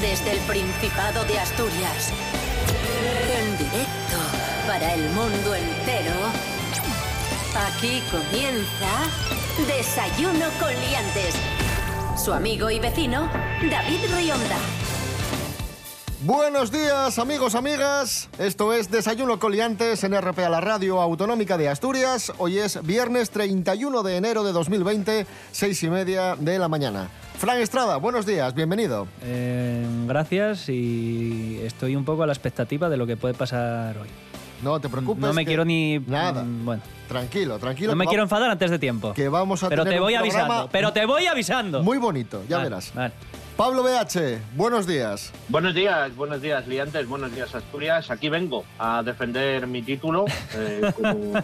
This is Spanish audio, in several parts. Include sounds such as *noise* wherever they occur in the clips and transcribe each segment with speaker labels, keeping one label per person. Speaker 1: Desde el Principado de Asturias. En directo para el mundo entero. Aquí comienza Desayuno con Liantes. Su amigo y vecino, David Rionda.
Speaker 2: Buenos días, amigos, amigas. Esto es Desayuno Coliantes en RPA, la radio autonómica de Asturias. Hoy es viernes 31 de enero de 2020, seis y media de la mañana. Fran Estrada, buenos días, bienvenido.
Speaker 3: Eh, gracias y estoy un poco a la expectativa de lo que puede pasar hoy.
Speaker 2: No te preocupes.
Speaker 3: No me
Speaker 2: que-
Speaker 3: quiero ni...
Speaker 2: Nada.
Speaker 3: mm, Bueno,
Speaker 2: Tranquilo, tranquilo.
Speaker 3: no me
Speaker 2: que
Speaker 3: quiero
Speaker 2: va-
Speaker 3: enfadar antes de tiempo.
Speaker 2: Que vamos a
Speaker 3: pero
Speaker 2: tener
Speaker 3: te
Speaker 2: un
Speaker 3: voy avisando,
Speaker 2: programa
Speaker 3: pero te voy avisando.
Speaker 2: Muy bonito, ya
Speaker 3: Vale,
Speaker 2: verás.
Speaker 3: vale.
Speaker 2: Pablo BH, buenos días.
Speaker 4: Buenos días, buenos días, Liantes, buenos días, Asturias. Aquí vengo a defender mi título eh,
Speaker 3: *laughs*
Speaker 4: como,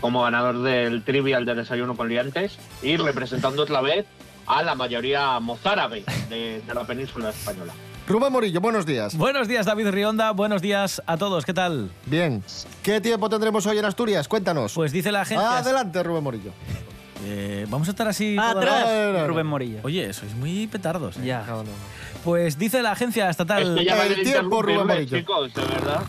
Speaker 4: como ganador del trivial de desayuno con Liantes y representando otra vez a la mayoría mozárabe de, de la península española.
Speaker 2: Rubén Morillo, buenos días.
Speaker 5: Buenos días, David Rionda. Buenos días a todos. ¿Qué tal?
Speaker 2: Bien. ¿Qué tiempo tendremos hoy en Asturias? Cuéntanos.
Speaker 5: Pues dice la gente.
Speaker 2: Adelante, Rubén Morillo.
Speaker 5: Eh, vamos a estar así. toda la-
Speaker 3: Atrás,
Speaker 2: No, no, no.
Speaker 3: Rubén Morillo.
Speaker 5: Oye, sois muy petardos. eh.
Speaker 3: ya.
Speaker 5: Pues dice la agencia
Speaker 4: Es
Speaker 5: estatal.
Speaker 4: que ya
Speaker 2: el
Speaker 4: me queréis
Speaker 2: tiempo, Rubén
Speaker 4: interrumpirme,
Speaker 2: Morillo.
Speaker 4: chicos, de verdad.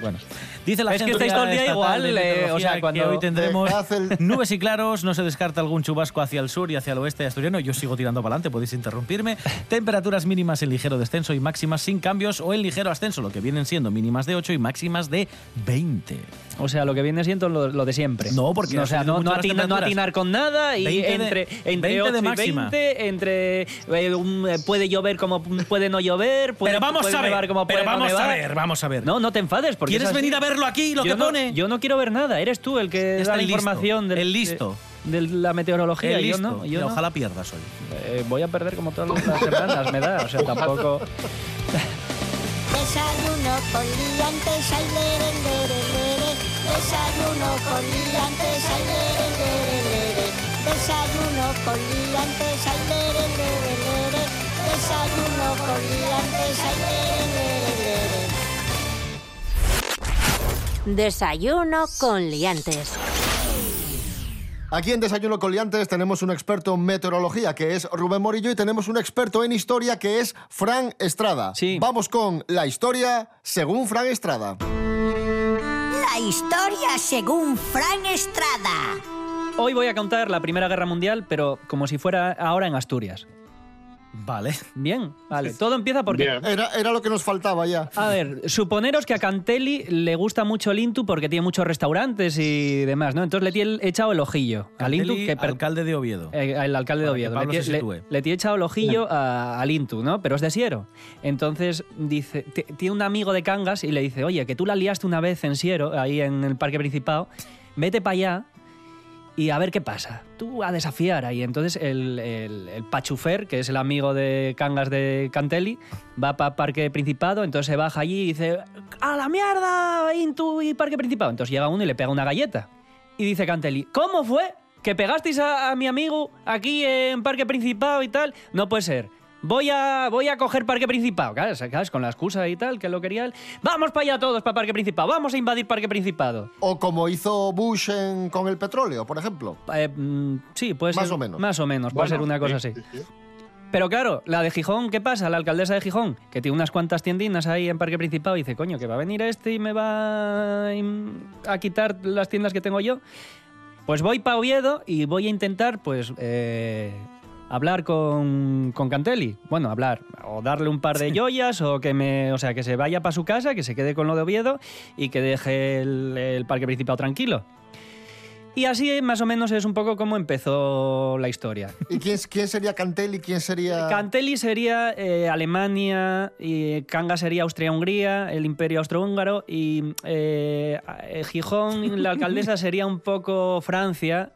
Speaker 5: Bueno, dice la
Speaker 3: Es que
Speaker 5: agencia
Speaker 3: estáis todo el día
Speaker 5: estatal
Speaker 3: igual,
Speaker 5: de
Speaker 3: eh,
Speaker 5: meteorología
Speaker 3: o sea,
Speaker 5: que
Speaker 3: cuando-
Speaker 5: hoy tendremos
Speaker 2: Dejad el-
Speaker 5: nubes y claros, no se descarta algún chubasco hacia el sur y hacia el oeste asturiano. Yo sigo tirando para adelante,
Speaker 3: *laughs*
Speaker 5: podéis interrumpirme. Temperaturas mínimas en ligero descenso y máximas sin cambios o en ligero ascenso, lo que vienen siendo mínimas de 8 y máximas de 20.
Speaker 3: O sea, lo que viene siendo lo, lo de siempre.
Speaker 5: No, porque
Speaker 3: o sea,
Speaker 5: han
Speaker 3: no, no
Speaker 5: subido mucho las
Speaker 3: atina- no
Speaker 5: temperaturas.
Speaker 3: atinar con nada y
Speaker 5: 20 de-
Speaker 3: entre, entre
Speaker 5: 20 de
Speaker 3: 8 y
Speaker 5: máxima.
Speaker 3: 20, entre eh, un- eh, puede llover como puede no llover, puede,
Speaker 5: Pero vamos
Speaker 3: puede
Speaker 5: a ver,
Speaker 3: nevar como puede
Speaker 5: pero
Speaker 3: no
Speaker 5: vamos a
Speaker 3: nevar.
Speaker 5: ver, vamos a ver.
Speaker 3: No, no te enfades porque
Speaker 5: ¿Quieres
Speaker 3: es así.
Speaker 5: venir a verlo aquí, lo
Speaker 3: yo
Speaker 5: que
Speaker 3: no,
Speaker 5: pone?
Speaker 3: Yo no quiero ver nada, eres tú el que
Speaker 5: Está
Speaker 3: da la
Speaker 5: el listo,
Speaker 3: información del,
Speaker 5: el listo.
Speaker 3: de, de la meteorología.
Speaker 5: Eh,
Speaker 3: yo
Speaker 5: listo.
Speaker 3: no, yo
Speaker 5: Mira,
Speaker 3: no.
Speaker 5: Ojalá pierdas hoy.
Speaker 3: Eh, voy a perder como todas las semanas, me da, o sea, tampoco...
Speaker 6: Desayuno con liantes, ay, lere, lere, lere. Desayuno con liantes, ay, lere, lere, lere. Desayuno con liantes, ay, lere, lere, lere. Desayuno con liantes, ay, lere, lere, lere.
Speaker 1: Desayuno con liantes.
Speaker 2: Aquí en Desayuno con Liantes tenemos un experto en meteorología, que es Rubén Morillo, y tenemos un experto en historia, que es Fran Estrada.
Speaker 3: Sí.
Speaker 2: Vamos con la historia según Fran Estrada.
Speaker 7: La historia según Fran Estrada.
Speaker 3: Hoy voy a contar la Primera Guerra Mundial, pero como si fuera ahora en Asturias.
Speaker 5: Vale.
Speaker 3: Bien, vale. Todo empieza porque...
Speaker 4: Bien.
Speaker 2: Era, era lo que nos faltaba ya.
Speaker 3: A ver, suponeros que a Cantelli le gusta mucho el Intu porque tiene muchos restaurantes y demás, ¿no? Entonces le tiene echado el ojillo al Intu,
Speaker 5: Cantelli,
Speaker 3: que per-
Speaker 5: alcalde de Oviedo.
Speaker 3: eh, el alcalde de
Speaker 5: Para que
Speaker 3: Oviedo. Le,
Speaker 5: Pablo
Speaker 3: tie-
Speaker 5: se
Speaker 3: le-
Speaker 5: sitúe.
Speaker 3: le tiene echado el ojillo a- al Intu, ¿no? Pero es de Siero. Entonces dice, t- tiene un amigo de Cangas y le dice, oye, que tú la liaste una vez en Siero, ahí en el Parque Principado, vete para allá y a ver qué pasa. Tú a desafiar ahí. Entonces el, el- el Pachufer, que es el amigo de Cangas de Cantelli, va para Parque Principado, entonces se baja allí y dice, ¡A la mierda, Intu y Parque Principado! Entonces llega uno y le pega una galleta. Y dice Cantelli, ¿cómo fue que pegasteis a, a mi amigo aquí en Parque Principado y tal? No puede ser. Voy a, voy a coger Parque Principado, claro, ¿sabes? con la excusa y tal, que lo quería él. Vamos para allá todos, para Parque Principado, vamos a invadir Parque Principado.
Speaker 2: O como hizo Bush en- con el petróleo, por ejemplo.
Speaker 3: Eh, mm, sí, puede
Speaker 2: Más
Speaker 3: ser.
Speaker 2: o menos.
Speaker 3: Más o menos, puede
Speaker 4: Bueno,
Speaker 3: ser una cosa
Speaker 4: sí,
Speaker 3: así.
Speaker 4: sí, sí.
Speaker 3: Pero claro, la de Gijón, ¿qué pasa? La alcaldesa de Gijón, que tiene unas cuantas tiendinas ahí en Parque Principado, y dice, coño, que va a venir este y me va a im- a quitar las tiendas que tengo yo. Pues voy para Oviedo y voy a intentar, pues, eh, hablar con, con Cantelli. Bueno, hablar, o darle un par de joyas, o que me, o sea, que se vaya para su casa, que se quede con lo de Oviedo y que deje el, el Parque Principado tranquilo. Y así más o menos es un poco como empezó la historia.
Speaker 2: ¿Y
Speaker 3: *laughs*
Speaker 2: quién, quién sería Cantel y quién sería...?
Speaker 3: Cantelli sería eh, Alemania, y Kanga sería Austria-Hungría, el Imperio Austrohúngaro y eh, eh, Gijón, la alcaldesa sería un poco Francia.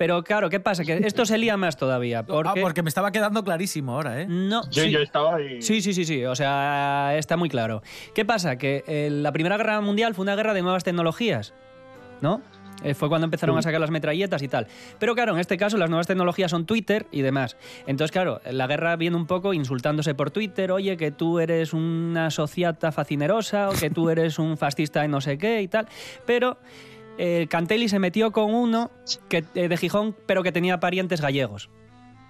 Speaker 3: Pero claro, ¿qué pasa? Que esto se lía más todavía.
Speaker 5: Ah,
Speaker 3: Porque,
Speaker 5: porque me estaba quedando clarísimo ahora, ¿eh?
Speaker 3: no,
Speaker 4: Yo,
Speaker 3: sí.
Speaker 4: yo estaba ahí.
Speaker 3: Sí, sí, sí, sí. O sea, está muy claro. ¿Qué pasa? Que eh, la Primera Guerra Mundial fue una guerra de nuevas tecnologías, ¿no? Eh, fue cuando empezaron a sacar las metralletas y tal. Pero claro, en este caso las nuevas tecnologías son Twitter y demás. Entonces, claro, la guerra viene un poco insultándose por Twitter, oye, que tú eres una sociata facinerosa o que tú eres un fascista de no sé qué y tal. Pero... eh, Cantelli se metió con uno que, eh, de Gijón, pero que tenía parientes gallegos.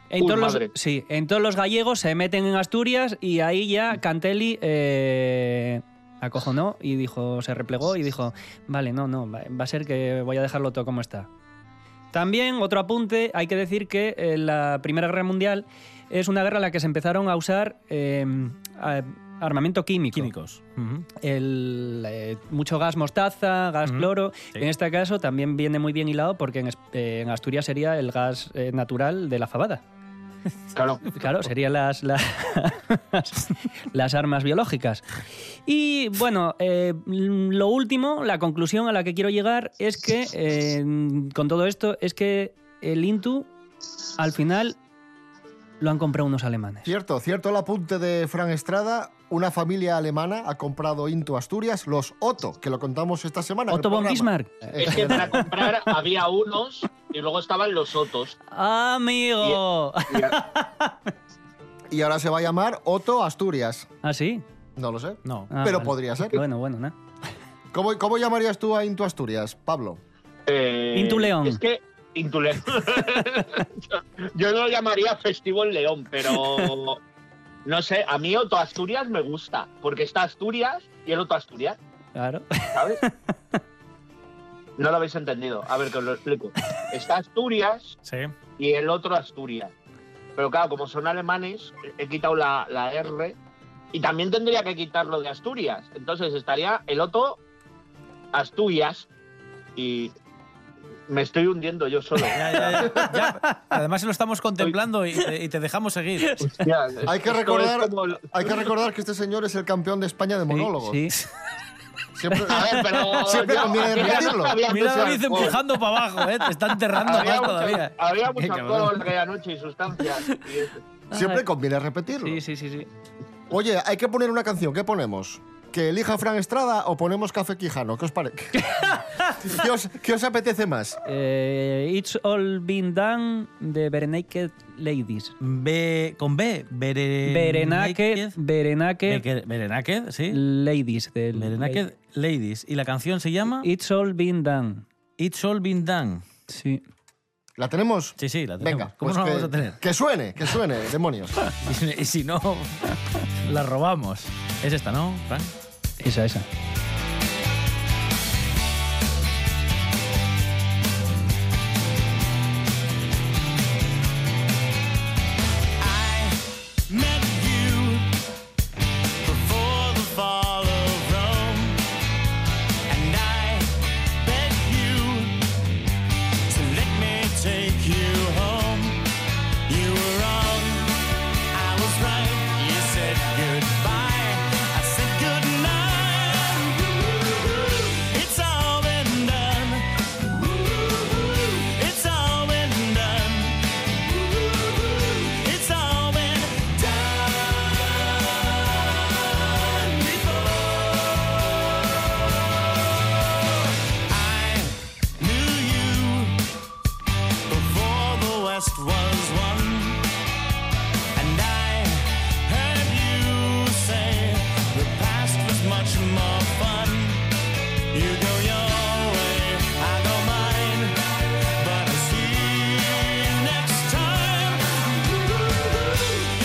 Speaker 3: En,
Speaker 4: Uy,
Speaker 3: todos los,
Speaker 4: madre.
Speaker 3: sí, en todos los gallegos se meten en Asturias y ahí
Speaker 4: Mm.
Speaker 3: ya Cantelli eh, acojonó y dijo, se replegó y dijo, vale, no, no, va va a ser que voy a dejarlo todo como está. También, otro apunte, hay que decir que eh, la Primera Guerra Mundial es una guerra en la que se empezaron a usar eh, a- armamento químico.
Speaker 5: Químicos. Ujú.
Speaker 3: El, eh, mucho gas mostaza, gas
Speaker 5: Ujú,
Speaker 3: cloro.
Speaker 5: sí.
Speaker 3: En este caso también viene muy bien hilado porque en, es- eh, en Asturias sería el gas eh, natural de la fabada. *laughs*
Speaker 4: Claro,
Speaker 3: Claro, serían las, las, las *laughs* armas biológicas. Y bueno, eh, lo último, la conclusión a la que quiero llegar es que, eh, con todo esto, es que el Intu al final lo han comprado unos alemanes.
Speaker 2: Cierto, cierto el apunte de Fran Estrada. Una familia alemana ha comprado Into Asturias, los Otto, que lo contamos esta semana. en el
Speaker 3: Otto von
Speaker 2: programa.
Speaker 3: Bismarck.
Speaker 4: es que para comprar había unos y luego estaban los otros.
Speaker 3: ¡Amigo!
Speaker 4: Y a-
Speaker 2: Y ahora se va a llamar Otto Asturias.
Speaker 3: *laughs* ¿Ah, sí?
Speaker 2: No lo sé.
Speaker 5: No.
Speaker 3: Ah,
Speaker 2: Pero
Speaker 3: vale.
Speaker 2: podría ser.
Speaker 3: Bueno, bueno, nada.
Speaker 2: ¿Cómo, cómo llamarías tú a Into Asturias, Pablo?
Speaker 4: eh,
Speaker 3: Intu León.
Speaker 4: Es que Intu León. *laughs* Yo no lo llamaría Festival León, pero no sé, a mí Otto Asturias me gusta, porque está Asturias y el Otto Asturias,
Speaker 3: Claro.
Speaker 4: ¿sabes? No lo habéis entendido, a ver que os lo explico. Está Asturias
Speaker 5: Sí.
Speaker 4: y el otro Asturias. Pero claro, como son alemanes, he quitado la, la R y también tendría que quitarlo de Asturias. Entonces estaría el otro Asturias y me estoy hundiendo
Speaker 5: *laughs*
Speaker 4: yo solo.
Speaker 5: Ya, ya, ya. Ya, Además, lo estamos contemplando y te, y te dejamos
Speaker 2: *laughs*
Speaker 5: seguir.
Speaker 4: Hostia,
Speaker 2: Hay que
Speaker 4: esto es
Speaker 2: recordar-
Speaker 4: como el-
Speaker 2: Hay que recordar que este señor es el campeón de España de monólogos. *laughs*
Speaker 3: Sí.
Speaker 5: *laughs*
Speaker 2: Siempre,
Speaker 4: *laughs* A ver, pero
Speaker 2: siempre
Speaker 4: yo-
Speaker 2: conviene
Speaker 4: mira,
Speaker 2: repetirlo.
Speaker 4: había
Speaker 5: Mira a
Speaker 4: mucho
Speaker 5: David
Speaker 4: alcohol.
Speaker 5: empujando para abajo, ¿eh? Te está enterrando
Speaker 4: Había
Speaker 5: más
Speaker 4: mucho-
Speaker 5: todavía.
Speaker 4: Había
Speaker 5: Qué
Speaker 4: mucho
Speaker 5: cabrón.
Speaker 4: alcohol aquella noche y sustancias. Y eso.
Speaker 2: siempre conviene repetirlo.
Speaker 3: Sí, sí, sí, sí.
Speaker 2: Oye, hay que poner una canción. ¿Qué ponemos? ¿Que elija Fran Estrada o ponemos Café Quijano? ¿Qué os
Speaker 5: *laughs*
Speaker 2: parece? ¿Qué, os, qué os apetece más?
Speaker 3: Eh, It's All Been Done de Berenaked Ladies.
Speaker 5: B, con B, Beren...
Speaker 3: Berenaked, Berenaked
Speaker 5: Berenaked, Berenaked, sí.
Speaker 3: Ladies. del-
Speaker 5: Berenaked Ladies. Y la canción se llama
Speaker 3: It's All Been Done.
Speaker 5: It's All Been Done.
Speaker 3: Sí.
Speaker 2: ¿La tenemos?
Speaker 5: Sí, sí, la tenemos.
Speaker 2: Venga,
Speaker 5: ¿Cómo
Speaker 2: pues
Speaker 5: no la
Speaker 2: que,
Speaker 5: vamos a tener?
Speaker 2: que suene, que suene, demonios.
Speaker 5: Y si- *laughs* Y si no, la robamos. Es esta, ¿no, Frank?
Speaker 3: Esa, esa.
Speaker 8: met you before the fall of Rome, and I beg you to let me take you home. You were wrong, I was right. You said goodbye, I said goodnight. It's all been done. It's all been done. It's all been done before. I knew you before the West was won, and I heard you say the past was much more fun. You go your way, I go mine, but I see you next time.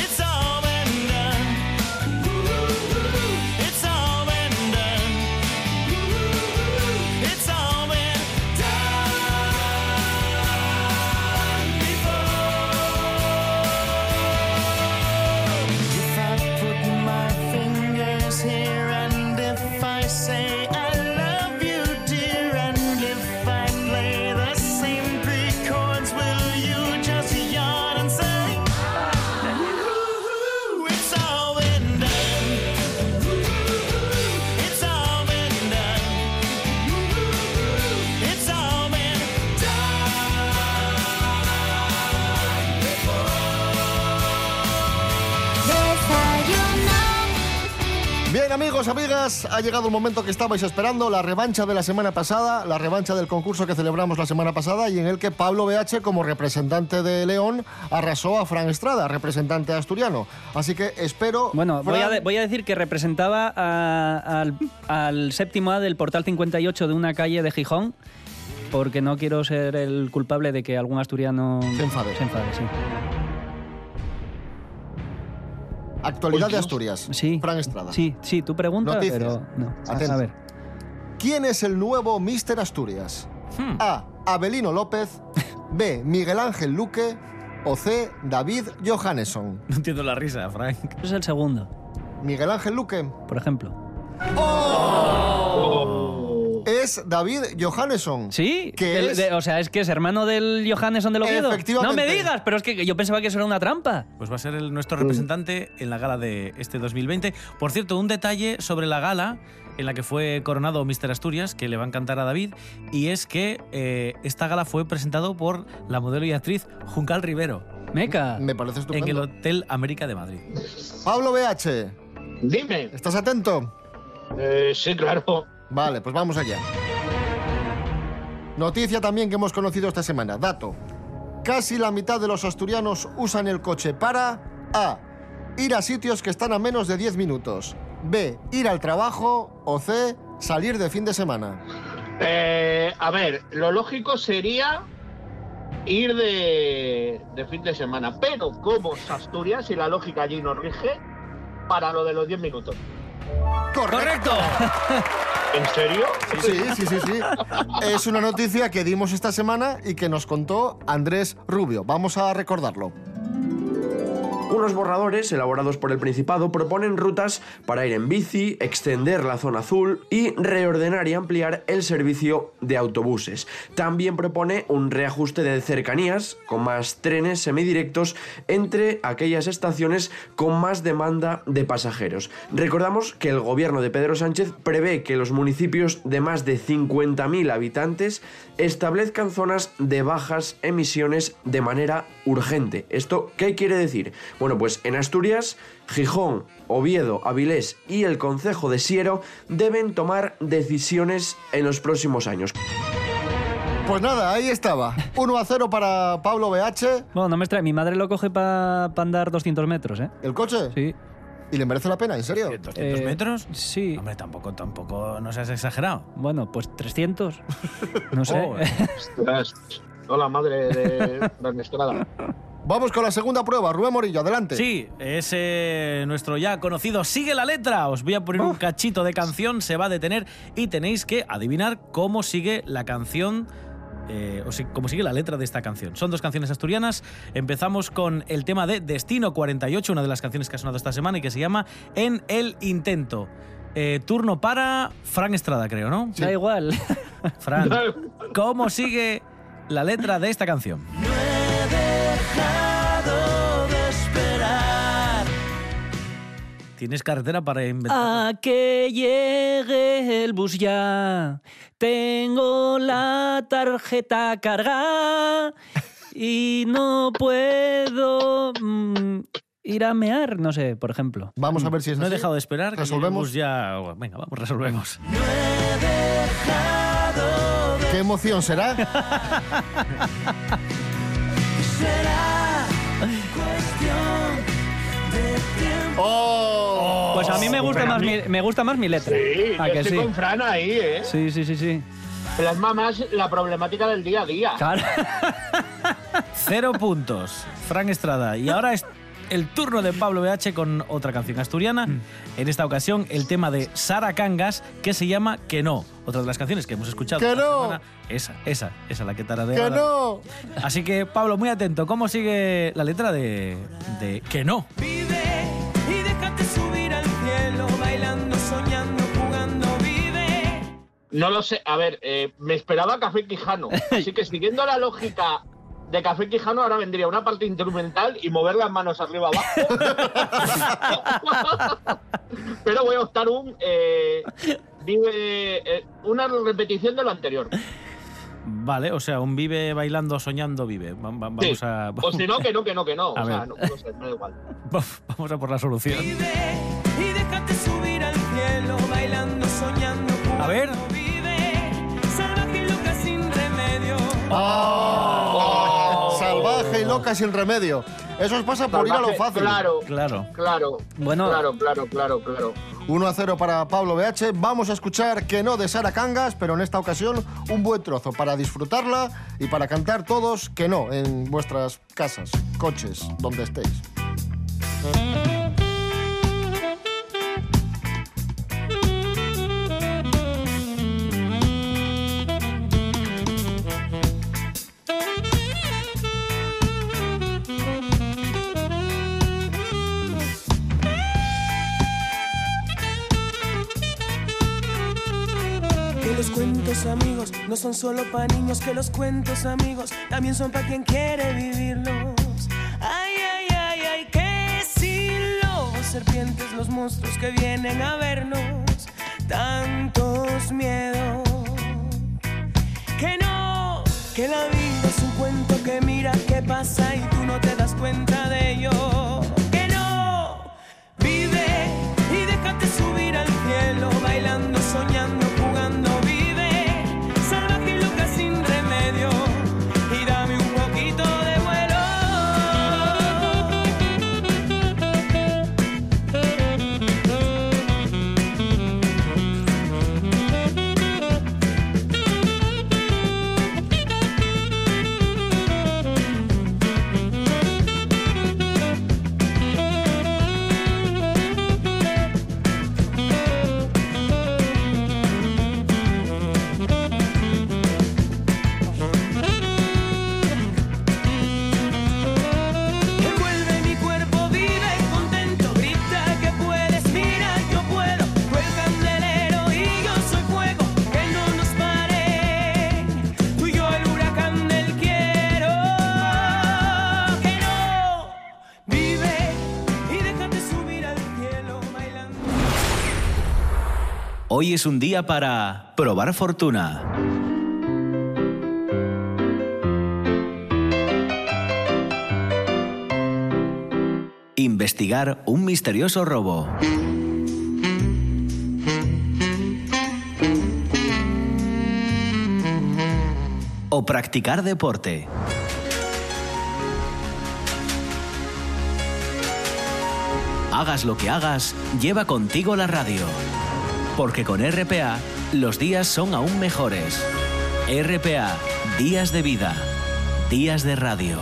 Speaker 8: It's all been done. It's all been done. It's all been done before. If I put my fingers here and if I say I love you, dear, and if I play the same three chords, will you just yawn and say? It's all been done. It's all been done. It's all been done
Speaker 2: Bien, amigos, amigas, ha llegado el momento que estabais esperando, la revancha de la semana pasada, la revancha del concurso que celebramos la semana pasada y en el que Pablo BH, como representante de León, arrasó a Fran Estrada, representante asturiano. Así que espero...
Speaker 3: Bueno, voy a,
Speaker 2: Fran,
Speaker 3: de- voy a decir que representaba a- al, al séptimo A del portal 58 de una calle de Gijón, porque no quiero ser el culpable de que algún asturiano
Speaker 2: Se enfade.
Speaker 3: Se enfade, sí.
Speaker 2: Actualidad de Asturias.
Speaker 3: Sí.
Speaker 2: Fran Estrada.
Speaker 3: Sí, sí, tú preguntas,
Speaker 2: Noticias.
Speaker 3: pero no. A-
Speaker 2: Atento.
Speaker 3: A ver.
Speaker 2: ¿Quién es el nuevo Mister Asturias?
Speaker 5: Hmm.
Speaker 2: A. Abelino López. B. Miguel Ángel Luque. O C. David Johanneson.
Speaker 5: No entiendo la risa, Frank.
Speaker 3: Este Es el segundo,
Speaker 2: Miguel Ángel Luque.
Speaker 3: por ejemplo.
Speaker 2: Es David Johanneson.
Speaker 3: ¿Sí?
Speaker 2: Que
Speaker 3: El
Speaker 2: es-
Speaker 3: de- o sea, es que es hermano del Johanneson de Oviedo. No
Speaker 2: Efectivamente.
Speaker 3: me digas, pero es que yo pensaba que eso era una trampa.
Speaker 5: Pues va a ser el- nuestro representante en la gala de este 2020. Por cierto, un detalle sobre la gala en la que fue coronado Mr. Asturias, que le va a encantar a David, y es que eh, esta gala fue presentado por la modelo y actriz Juncal Rivero
Speaker 3: Meca.
Speaker 2: Me parece
Speaker 5: en el
Speaker 2: estupendo.
Speaker 5: Hotel América de Madrid.
Speaker 2: Pablo BH,
Speaker 4: Dime.
Speaker 2: ¿estás atento?
Speaker 4: Eh, sí, claro.
Speaker 2: Vale, pues vamos allá. Noticia también que hemos conocido esta semana. Dato. Casi la mitad de los asturianos usan el coche para A. Ir a sitios que están a menos de 10 minutos. B. Ir al trabajo. O C. Salir de fin de semana.
Speaker 4: Eh, a ver, lo lógico sería ir de, de fin de semana, pero como es Asturias y la lógica allí nos rige, para lo de los 10 minutos.
Speaker 2: ¡Correcto!
Speaker 4: ¿En serio?
Speaker 2: Sí, sí, sí, sí. Es una noticia que dimos esta semana y que nos contó Andrés Rubio. Vamos a recordarlo.
Speaker 9: Unos borradores elaborados por el Principado proponen rutas para ir en bici, extender la zona azul y reordenar y ampliar el servicio de autobuses. También propone un reajuste de cercanías con más trenes semidirectos entre aquellas estaciones con más demanda de pasajeros. Recordamos que el gobierno de Pedro Sánchez prevé que los municipios de más de 50.000 habitantes establezcan zonas de bajas emisiones de manera urgente. ¿Esto qué quiere decir? Bueno, pues en Asturias, Gijón, Oviedo, Avilés y el Concejo de Siero deben tomar decisiones en los próximos años.
Speaker 2: Pues nada, ahí estaba. 1 a 0 para Pablo BH.
Speaker 3: Bueno, no me extrae. Mi madre lo coge para andar 200 metros, ¿eh?
Speaker 2: ¿El coche?
Speaker 3: Sí.
Speaker 2: ¿Y le merece la pena, en serio?
Speaker 5: 200
Speaker 3: Eh,
Speaker 5: metros.
Speaker 3: Sí.
Speaker 5: Hombre, tampoco, tampoco, no seas exagerado.
Speaker 3: Bueno, pues 300. No sé.
Speaker 5: Oh, eh.
Speaker 4: Ostras, Hola, madre de Fran *laughs* Estrada.
Speaker 2: Vamos con la segunda prueba. Rubén Morillo, adelante.
Speaker 5: Sí, es eh, nuestro ya conocido Sigue la letra. Os voy a poner un cachito de canción, se va a detener y tenéis que adivinar cómo sigue la canción. eh, o si- cómo sigue la letra de esta canción. Son dos canciones asturianas. Empezamos con el tema de Destino 48, una de las canciones que ha sonado esta semana y que se llama En el Intento. Eh, turno para Fran Estrada, creo, ¿no?
Speaker 3: *laughs* Da igual.
Speaker 4: *laughs*
Speaker 5: Fran, ¿cómo sigue la letra de esta canción? Tienes carretera para inventar.
Speaker 3: A que llegue el bus ya. Tengo la tarjeta cargada y no puedo mm, ir a mear, no sé, por ejemplo.
Speaker 2: Vamos a ver si es
Speaker 5: No he
Speaker 2: así.
Speaker 5: dejado de esperar. que
Speaker 2: Resolvemos.
Speaker 5: llegue el bus ya. Venga, vamos, resolvemos.
Speaker 2: ¿Qué emoción
Speaker 5: *laughs*
Speaker 2: será? ¡Oh!
Speaker 3: Pues a mí me gusta más mi, me gusta más mi letra.
Speaker 4: Ah, Sí,
Speaker 3: ¿A
Speaker 4: yo
Speaker 3: que
Speaker 4: estoy
Speaker 3: sí?
Speaker 4: con Fran ahí, ¿eh?
Speaker 3: Sí, sí, sí, sí.
Speaker 4: Plasma más la problemática del día a día.
Speaker 3: Claro.
Speaker 5: Cero puntos, Fran Estrada. Y ahora es el turno de Pablo BH con otra canción asturiana. En esta ocasión, el tema de Sara Cangas, que se llama Que no. Otra de las canciones que hemos escuchado.
Speaker 2: ¡Que
Speaker 5: esta
Speaker 2: no!
Speaker 5: semana. Esa, esa, esa, la que tararea.
Speaker 2: ¡Que no!
Speaker 5: Así que, Pablo, muy atento. ¿Cómo sigue la letra de, de Que no?
Speaker 8: Vive y déjate subir al cielo, bailando, soñando, jugando, vive.
Speaker 4: No lo sé. A ver, eh, me esperaba Café Quijano. Así que siguiendo la lógica de Café Quijano, ahora vendría una parte instrumental y mover las manos arriba abajo. *laughs* Pero voy a optar un. eh, vive, eh, una repetición de lo anterior.
Speaker 5: Vale, o sea, un vive bailando, soñando, vive. Va- va- Vamos,
Speaker 4: Sí.
Speaker 5: a,
Speaker 4: O si no, que no, que no, que no.
Speaker 5: A
Speaker 4: o sea,
Speaker 5: ver.
Speaker 4: no, no sé, me da igual.
Speaker 5: vamos a por la solución.
Speaker 8: Vive y déjate subir al cielo, bailando, soñando, jugando,
Speaker 5: A ver.
Speaker 8: vive. Salvaje y loca sin remedio.
Speaker 5: Oh.
Speaker 2: Salvaje y loca sin remedio. Eso os pasa por ir a lo
Speaker 4: Salvaje,
Speaker 2: fácil.
Speaker 4: Claro,
Speaker 5: Claro.
Speaker 4: claro.
Speaker 3: Bueno.
Speaker 4: Claro, claro, claro, claro.
Speaker 2: 1 a 0 para Pablo BH. Vamos a escuchar Que no de Sara Cangas, pero en esta ocasión un buen trozo para disfrutarla y para cantar todos Que no en vuestras casas, coches, donde estéis.
Speaker 8: Vive
Speaker 10: Los amigos no son solo para niños que los cuentos amigos también son para quien quiere vivirlos. Ay, ay, ay, ay, que si los serpientes, los monstruos que vienen a vernos, tantos miedos. Que no, que la vida es un cuento que mira qué pasa y tú no te das cuenta de ello. Que no, Vive y déjate subir al cielo, bailando, soñando, jugando. Vive salvaje y loca sin remedio y dame un poquito de vuelo. Envuelve mi cuerpo, vive contento, grita que puedes, mira yo puedo, fue el candelero y yo soy fuego, que no nos pare, tú y yo el huracán del quiero, que no, vive y déjate subir al cielo bailando.
Speaker 5: Hoy es un día para probar fortuna. Investigar un misterioso robo. O practicar deporte. Hagas lo que hagas, lleva contigo la radio. Porque con RPA los días son aún mejores. RPA, días de vida, días de radio.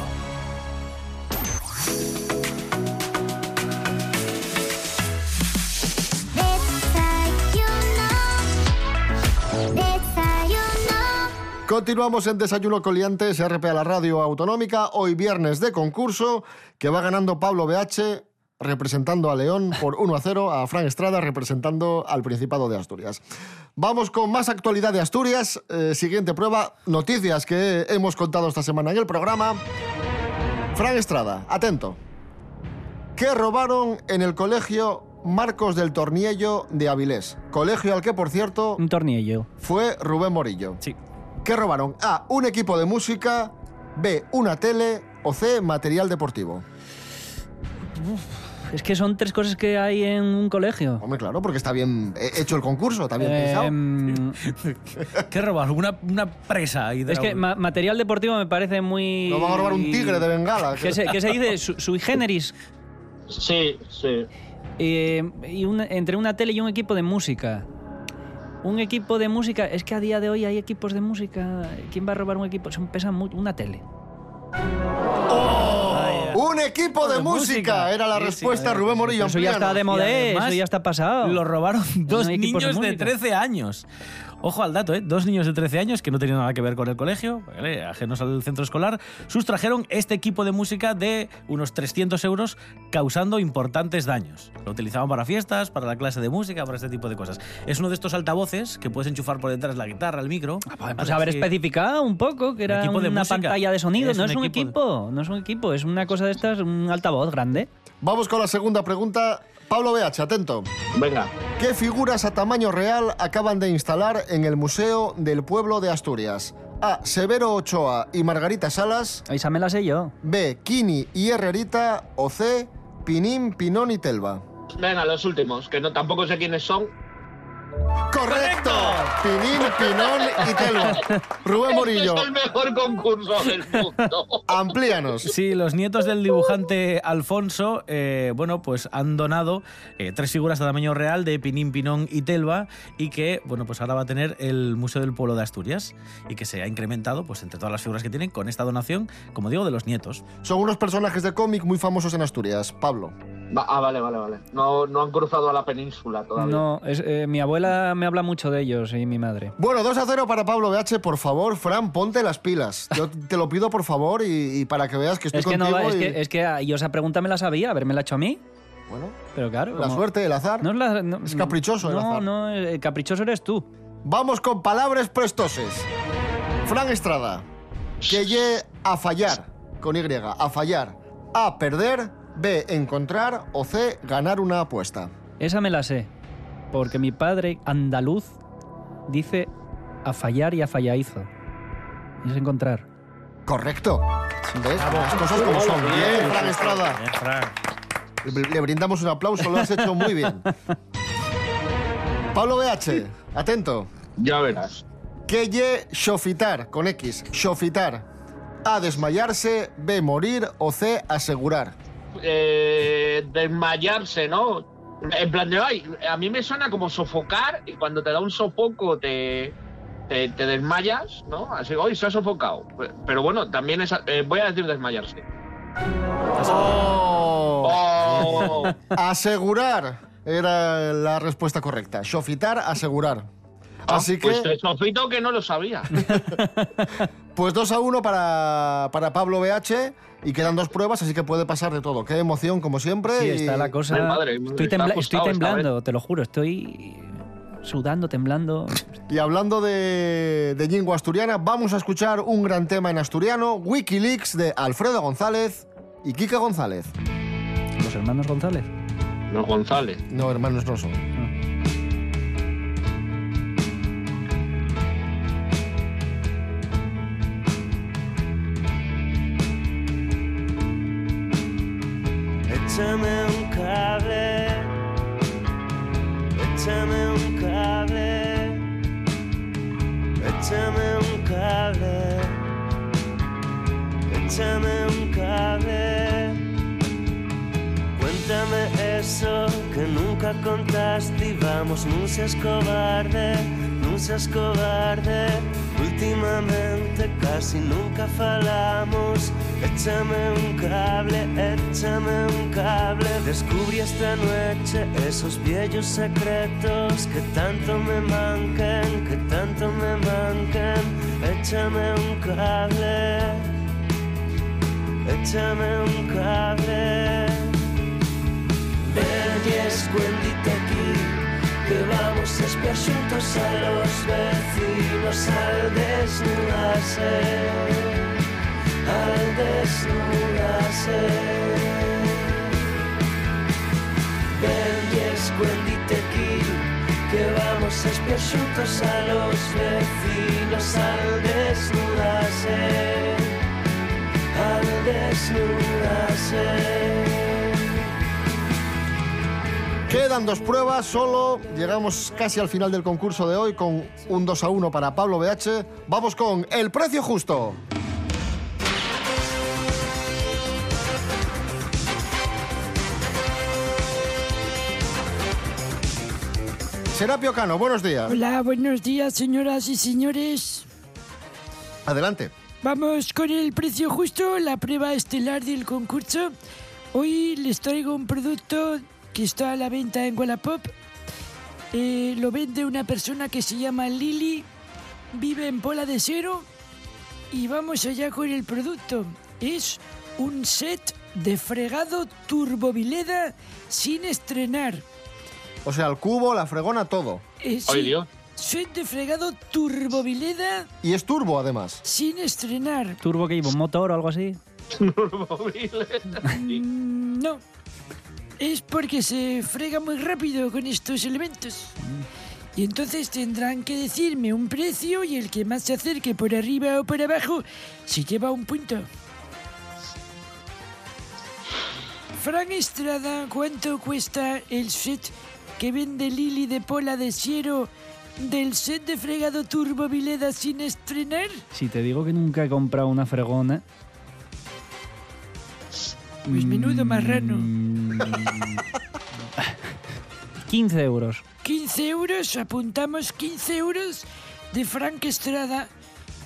Speaker 2: Continuamos en Desayuno Coliantes, RP a la radio autonómica, hoy viernes de concurso, que va ganando Pablo BH representando a León por 1 a 0, a Fran Estrada representando al Principado de Asturias. Vamos con más actualidad de Asturias. Eh, siguiente prueba, noticias que hemos contado esta semana en el programa. Fran Estrada, atento. ¿Qué robaron en el colegio Marcos del Torniello de Avilés? Colegio al que, por cierto,
Speaker 3: Un tornillo.
Speaker 2: fue Rubén Morillo.
Speaker 3: Sí.
Speaker 2: ¿Qué robaron? A. Un equipo de música. B. Una tele. O C. Material deportivo.
Speaker 3: Es que son tres cosas que hay en un colegio.
Speaker 2: Hombre, claro, porque está bien he- hecho el concurso, está bien pensado.
Speaker 3: Em,
Speaker 5: Eh, mm, ¿Qué robas? Una, una presa. ahí de
Speaker 3: es
Speaker 5: la-
Speaker 3: que ma- material deportivo me parece muy...
Speaker 2: No van a robar un tigre de Bengala.
Speaker 3: ¿Qué se, qué se dice? Su- Sui generis.
Speaker 4: Sí, sí.
Speaker 3: Eh, y una- entre una tele y un equipo de música. Un equipo de música... Es que a día de hoy hay equipos de música. ¿Quién va a robar un equipo? Son, pesan mucho. Una tele.
Speaker 2: Un equipo de, música, era la
Speaker 3: Sí, sí,
Speaker 2: respuesta
Speaker 3: madre,
Speaker 2: Rubén Morillo.
Speaker 3: pero Eso ya está de
Speaker 5: Y
Speaker 3: moda, eh,
Speaker 5: además,
Speaker 3: eso ya está pasado.
Speaker 5: Lo robaron dos
Speaker 3: hay equipos de
Speaker 5: niños de
Speaker 3: música.
Speaker 5: 13 años. Ojo al dato, ¿eh? Dos niños de 13 años que no tenían nada que ver con el colegio, ¿vale? ajenos al centro escolar, sustrajeron este equipo de música de unos 300 euros, causando importantes daños. Lo utilizaban para fiestas, para la clase de música, para este tipo de cosas. Es uno de estos altavoces que puedes enchufar por detrás la guitarra, el micro.
Speaker 3: Pues
Speaker 5: Así
Speaker 3: haber
Speaker 5: que-
Speaker 3: especificado un poco que era
Speaker 5: equipo de
Speaker 3: una
Speaker 5: música.
Speaker 3: pantalla de sonido.
Speaker 5: Es
Speaker 3: no
Speaker 5: un
Speaker 3: es un
Speaker 5: equipo de-
Speaker 3: equipo, no es un equipo, es una cosa de estas, un altavoz grande.
Speaker 2: Vamos con la segunda pregunta. Pablo BH, atento.
Speaker 4: Venga,
Speaker 2: ¿Qué figuras a tamaño real acaban de instalar en el Museo del Pueblo de Asturias? A. Severo Ochoa y Margarita Salas.
Speaker 3: Ahí se me la sé yo.
Speaker 2: B. Kini y Herrerita. O C. Pinín, Pinón y Telva.
Speaker 4: venga, los últimos, que no tampoco sé quiénes son.
Speaker 2: ¡Correcto! Pinín, Pinón y Telva. Rubén Morillo,
Speaker 4: Este es el mejor concurso del mundo.
Speaker 2: amplíanos.
Speaker 5: Sí, los nietos del dibujante Alfonso, eh, bueno, pues han donado eh, tres figuras de tamaño real de Pinín, Pinón y Telva y que, bueno, pues ahora va a tener el Museo del Pueblo de Asturias y que se ha incrementado, pues entre todas las figuras que tienen, con esta donación, como digo, de los nietos.
Speaker 2: Son unos personajes de cómic muy famosos en Asturias. Pablo.
Speaker 4: *laughs* Va- ah, vale, vale, vale. No, no han cruzado a la península todavía.
Speaker 3: No, es, eh, mi abuela me habla mucho de ellos y mi madre.
Speaker 2: Bueno, 2 a 0 para Pablo BH, por favor, Fran, ponte las pilas. Yo te lo pido, por favor, y, y para que veas que estoy
Speaker 3: Es que, no,
Speaker 2: contigo.
Speaker 3: va- es,
Speaker 2: y-
Speaker 3: que, es que ah, yo esa pregunta me la sabía, haberme la hecho a mí,
Speaker 2: Bueno,
Speaker 3: pero claro.
Speaker 2: la
Speaker 3: como-
Speaker 2: suerte, el azar.
Speaker 3: No es, la- no-
Speaker 2: Es caprichoso el
Speaker 3: No,
Speaker 2: azar.
Speaker 3: no, eh, caprichoso eres tú.
Speaker 2: Vamos con palabras prestoses. Fran Estrada, que lle a fallar, con Y, a fallar, A, perder, B, encontrar o C, ganar una apuesta.
Speaker 3: Esa me la sé, porque mi padre andaluz dice a fallar y a fallaizo. Es encontrar.
Speaker 2: Correcto. ¿Ves? Las cosas como son. Bien, Fran Estrada.
Speaker 11: Bien, Fran.
Speaker 2: Le le brindamos un aplauso, lo has hecho muy bien. Pablo BH, atento.
Speaker 4: Ya verás.
Speaker 2: Que lle xofitar, con X, xofitar. A, desmayarse, B, morir o C, asegurar.
Speaker 4: Eh, desmayarse, ¿no? En plan de, ay, a mí me suena como sofocar y cuando te da un sofoco te, te, te desmayas, ¿no? Así, hoy se ha sofocado. Pero bueno, también es, eh, voy a decir desmayarse. *laughs* Oh.
Speaker 2: Asegurar era la respuesta correcta. Xofitar, asegurar. Así que,
Speaker 4: Pues te sofito que no lo *laughs* sabía.
Speaker 2: pues 2 a 1 para, para Pablo BH y quedan dos pruebas, así que puede pasar de todo. Qué emoción, como siempre.
Speaker 3: Sí,
Speaker 2: y-
Speaker 3: está la cosa.
Speaker 4: Ay, madre,
Speaker 3: estoy,
Speaker 4: está
Speaker 3: tembla-
Speaker 4: ajustado
Speaker 3: estoy
Speaker 4: esta
Speaker 3: temblando, te lo juro, estoy sudando, temblando.
Speaker 2: Y hablando de, de lengua asturiana, vamos a escuchar un gran tema en asturiano, Wikileaks de Alfredo González y Kika González.
Speaker 3: Los hermanos González.
Speaker 4: Los González.
Speaker 2: No, hermanos, no son.
Speaker 12: Échame un cable, échame un cable, échame un cable, échame un cable. Cuéntame eso que nunca contaste y vamos, no seas cobarde, no seas cobarde. Últimamente casi nunca falamos. Échame un cable, échame un cable. Descubrí esta noche esos viejos secretos que tanto me manquen, que tanto me manquen. Échame un cable, échame un cable. Ven y escuéndite aquí, que vamos a espiar juntos a los vecinos al desnudarse, al desnudarse. Ven y escuéndite aquí, que vamos a espiar juntos a los vecinos al desnudarse, al desnudarse.
Speaker 2: Quedan dos pruebas, solo llegamos casi al final del concurso de hoy con un 2 a 1 para Pablo BH. Vamos con el precio justo. Serapio Cano, buenos días.
Speaker 13: Hola, buenos días, señoras y señores.
Speaker 2: Adelante.
Speaker 13: Vamos con el precio justo, la prueba estelar del concurso. Hoy les traigo un producto que está a la venta en Wallapop. Eh, lo vende una persona que se llama Lili, vive en Pola de Cero. Y vamos allá con el producto. Es un set de fregado turbovileda sin estrenar.
Speaker 2: O sea, el cubo, la fregona, todo.
Speaker 13: Eh, sí,
Speaker 4: Ay, Dios.
Speaker 13: set de fregado turbovileda
Speaker 2: Y es turbo, además.
Speaker 13: sin estrenar.
Speaker 3: Turbo que lleva un motor o algo así.
Speaker 13: Mm, No. Es porque se frega muy rápido con estos elementos. Y entonces tendrán que decirme un precio y el que más se acerque por arriba o por abajo se lleva un punto. Fran Estrada, ¿cuánto cuesta el set que vende Lili de Pola de Siero del set de fregado Turbo Vileda sin estrenar?
Speaker 3: Si te digo que nunca he comprado una fregona.
Speaker 13: Pues menudo marrano.
Speaker 3: mm, 15 euros.
Speaker 13: 15 euros, apuntamos 15 euros de Frank Estrada.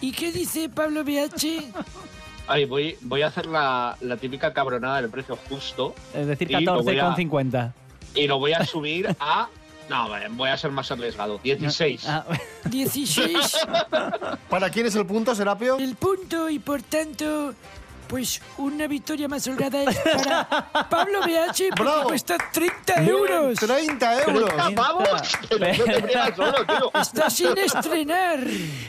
Speaker 13: ¿Y qué dice Pablo BH?
Speaker 4: Ay, voy, voy a hacer la, la típica cabronada del precio justo
Speaker 3: Es decir,
Speaker 4: Y lo voy a-
Speaker 3: 14,50.
Speaker 4: y lo voy a subir
Speaker 3: *laughs*
Speaker 4: a. No, vale, voy a ser más arriesgado. 16.
Speaker 3: Ah, *laughs*
Speaker 13: 16
Speaker 2: ¿Para quién es el punto, Serapio?
Speaker 13: el punto y por tanto Pues una victoria más holgada es para Pablo BH porque
Speaker 2: Bravo.
Speaker 13: cuesta 30 euros.
Speaker 2: 30 euros.
Speaker 4: Ah, ¡Vamos! *laughs* Que no te rías solo,
Speaker 3: *laughs*
Speaker 4: tío.
Speaker 13: Está sin estrenar.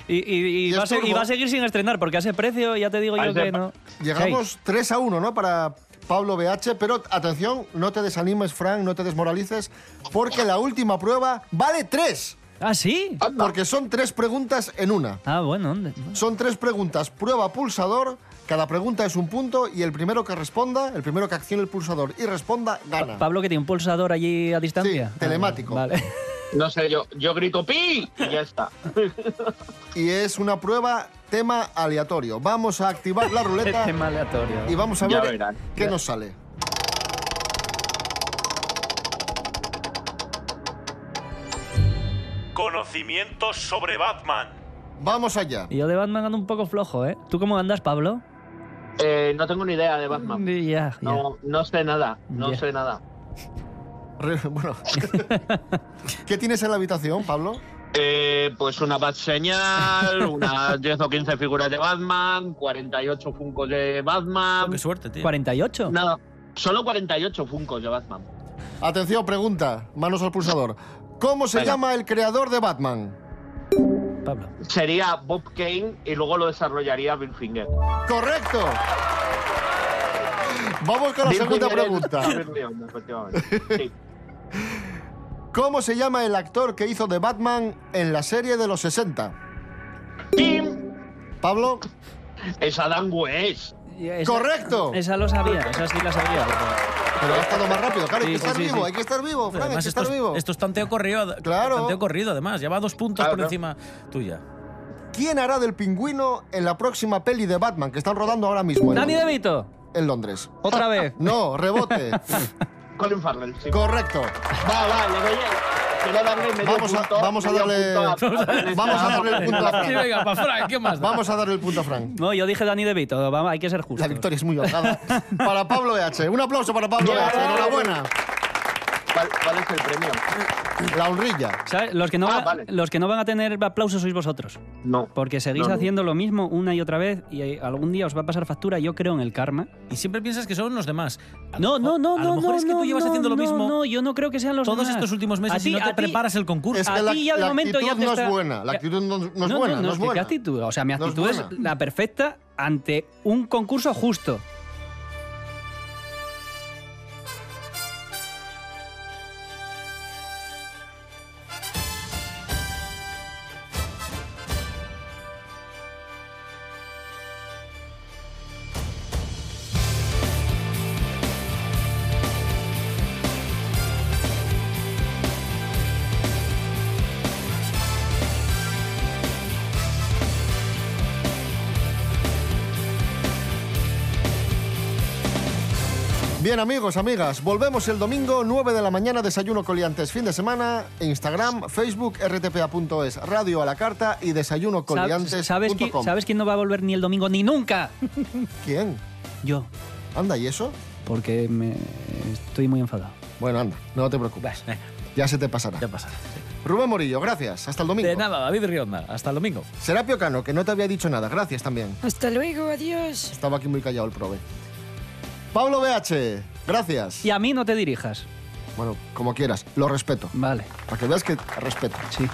Speaker 3: Y, y- y
Speaker 2: ¿Y
Speaker 3: va a
Speaker 2: es
Speaker 3: se- y
Speaker 2: turbo?
Speaker 3: va a seguir sin estrenar, porque a ese precio ya te digo
Speaker 4: A
Speaker 3: yo
Speaker 4: ese
Speaker 3: que
Speaker 4: pa-
Speaker 3: no.
Speaker 2: Llegamos 3 a 1, ¿no? Para Pablo BH, pero atención, no te desanimes, Frank, no te desmoralices, porque la última prueba vale 3,
Speaker 3: Hey. Ah, sí.
Speaker 2: porque son 3 preguntas en una.
Speaker 3: Ah, bueno. ¿dónde?
Speaker 2: Son 3 preguntas, prueba pulsador, cada pregunta es un punto y el primero que responda, el primero que accione el pulsador y responda, gana.
Speaker 3: Pablo, que tiene un pulsador allí a distancia.
Speaker 2: Sí, telemático.
Speaker 3: Ah, vale. *laughs*
Speaker 4: No sé, yo, yo grito ¡Pi! Y ya está.
Speaker 2: Y es una prueba tema aleatorio. Vamos a activar la ruleta
Speaker 3: Tema aleatorio.
Speaker 2: y vamos a
Speaker 4: Ya
Speaker 2: ver
Speaker 4: verán.
Speaker 2: qué nos sale.
Speaker 8: Conocimientos sobre Batman.
Speaker 2: Vamos allá.
Speaker 3: Yo de Batman ando un poco flojo, ¿eh? ¿Tú cómo andas, Pablo?
Speaker 4: Eh, no tengo ni idea de Batman.
Speaker 3: Ya, ya.
Speaker 4: No, no sé nada, no
Speaker 3: Ya.
Speaker 4: sé nada.
Speaker 2: Re-
Speaker 4: *laughs*
Speaker 2: Bueno. ¿Qué tienes en la habitación, Pablo?
Speaker 4: Eh, pues una
Speaker 3: *laughs*
Speaker 4: Bat Señal, unas 10 o 15 figuras de Batman, 48 Funkos de Batman.
Speaker 5: Qué suerte, tío.
Speaker 3: 48.
Speaker 4: Nada, solo 48 Funkos de Batman.
Speaker 2: Atención, pregunta. Manos al pulsador. ¿Cómo se
Speaker 4: Venga.
Speaker 2: llama el creador de Batman?
Speaker 3: Pablo.
Speaker 4: Sería Bob Kane y luego lo desarrollaría Bill Finger.
Speaker 2: ¡Correcto! Vamos con la
Speaker 4: Bill
Speaker 2: segunda
Speaker 4: Finger es-
Speaker 2: pregunta.
Speaker 4: Bill Leon, efectivamente. Sí.
Speaker 2: ¿Cómo se llama el actor que hizo de Batman en la serie de los 60?
Speaker 4: Tim
Speaker 2: Pablo,
Speaker 4: es Adam West.
Speaker 3: Y esa-
Speaker 2: correcto.
Speaker 3: Esa lo sabía, esa sí la sabía.
Speaker 2: Pero ha estado más rápido. Claro, hay
Speaker 3: Sí,
Speaker 2: que
Speaker 3: sí,
Speaker 2: estar
Speaker 3: sí,
Speaker 2: vivo,
Speaker 3: sí.
Speaker 2: hay que estar vivo, Fran, hay
Speaker 5: Además,
Speaker 2: que
Speaker 5: esto
Speaker 2: estar
Speaker 5: es,
Speaker 2: vivo.
Speaker 5: esto es tanteo corrido.
Speaker 2: Claro.
Speaker 5: Tanteo corrido, además. Lleva dos puntos
Speaker 4: Claro.
Speaker 5: por encima tuya.
Speaker 2: ¿Quién hará del pingüino en la próxima peli de Batman que están rodando ahora mismo en,
Speaker 3: Dani
Speaker 2: Londres?
Speaker 3: DeVito,
Speaker 2: En Londres?
Speaker 3: otra *laughs* vez.
Speaker 2: No, rebote.
Speaker 4: Colin Farrell, sí.
Speaker 2: Correcto.
Speaker 4: Va, va, le doy el- Quiero darle medio
Speaker 2: Vamos a-
Speaker 4: punto,
Speaker 2: *laughs* vamos a
Speaker 4: medio
Speaker 2: darle-
Speaker 4: punto a-
Speaker 2: Vamos a darle el punto a
Speaker 5: Sí,
Speaker 2: Fran.
Speaker 5: venga, pa' Frank, ¿qué más da?
Speaker 2: Vamos a darle el punto a Fran.
Speaker 3: No, yo dije Dani DeVito, vamos, hay que ser justos.
Speaker 2: La victoria es muy holgada. Para Pablo BH. Un aplauso para Pablo
Speaker 4: Yeah.
Speaker 2: BH. Enhorabuena.
Speaker 4: ¿Cuál, cuál es el premio?
Speaker 2: La honrilla.
Speaker 3: ¿Sabes? Los, que no
Speaker 4: Ah,
Speaker 3: van-
Speaker 4: vale.
Speaker 3: los que no van a tener aplausos sois vosotros.
Speaker 4: No.
Speaker 3: Porque seguís
Speaker 4: No, no.
Speaker 3: haciendo lo mismo una y otra vez y eh, algún día os va a pasar factura, yo creo en el karma.
Speaker 5: Y siempre piensas que son los demás. A
Speaker 3: No,
Speaker 5: lo
Speaker 3: no,
Speaker 5: mejor-
Speaker 3: no,
Speaker 5: A
Speaker 3: no,
Speaker 5: lo mejor
Speaker 3: no,
Speaker 5: es que
Speaker 3: no,
Speaker 5: tú llevas
Speaker 3: no,
Speaker 5: haciendo lo
Speaker 3: no,
Speaker 5: mismo
Speaker 3: No, yo no creo que sean los
Speaker 5: todos
Speaker 3: demás.
Speaker 5: estos últimos meses
Speaker 3: A ti-
Speaker 5: y no te
Speaker 3: a ti-
Speaker 5: preparas el concurso. Ah,
Speaker 2: Es
Speaker 3: a
Speaker 2: que la,
Speaker 3: ti ya de
Speaker 2: la
Speaker 3: momento ya
Speaker 2: actitud
Speaker 3: te
Speaker 2: no
Speaker 3: está-
Speaker 2: es buena. La actitud no, no es
Speaker 3: no,
Speaker 2: buena.
Speaker 3: no,
Speaker 2: No,
Speaker 3: no,
Speaker 2: es
Speaker 3: ¿qué-
Speaker 2: buena.
Speaker 3: ¿Qué actitud? O sea, mi
Speaker 2: No es
Speaker 3: actitud es,
Speaker 2: buena.
Speaker 3: la perfecta ante un concurso justo.
Speaker 2: Bien, amigos, amigas, volvemos el domingo, 9 de la mañana, desayuno coliantes, fin de semana, Instagram, Facebook, rtpa.es, radio a la carta y desayuno
Speaker 3: ¿Sabes,
Speaker 2: coliantes.
Speaker 3: sabes qui- ¿Sabes quién no va a volver ni el domingo ni nunca?
Speaker 2: quién?
Speaker 3: Yo,
Speaker 2: Anda, ¿y eso?
Speaker 3: porque me estoy muy enfadado.
Speaker 2: Bueno, anda, no te preocupes.
Speaker 5: Venga,
Speaker 2: Ya se te pasará.
Speaker 5: ya pasa.
Speaker 2: Rubén Morillo, gracias. Hasta el domingo.
Speaker 5: De nada, David Rionda. Hasta el domingo.
Speaker 2: Serapio Cano, que no te había dicho nada. Gracias también.
Speaker 13: Hasta luego, adiós.
Speaker 2: Estaba aquí muy callado el prove. Pablo BH, gracias.
Speaker 3: Y a mí no te dirijas.
Speaker 2: Bueno, como quieras, lo respeto.
Speaker 3: Vale,
Speaker 2: Para que veas que respeto.
Speaker 3: sí.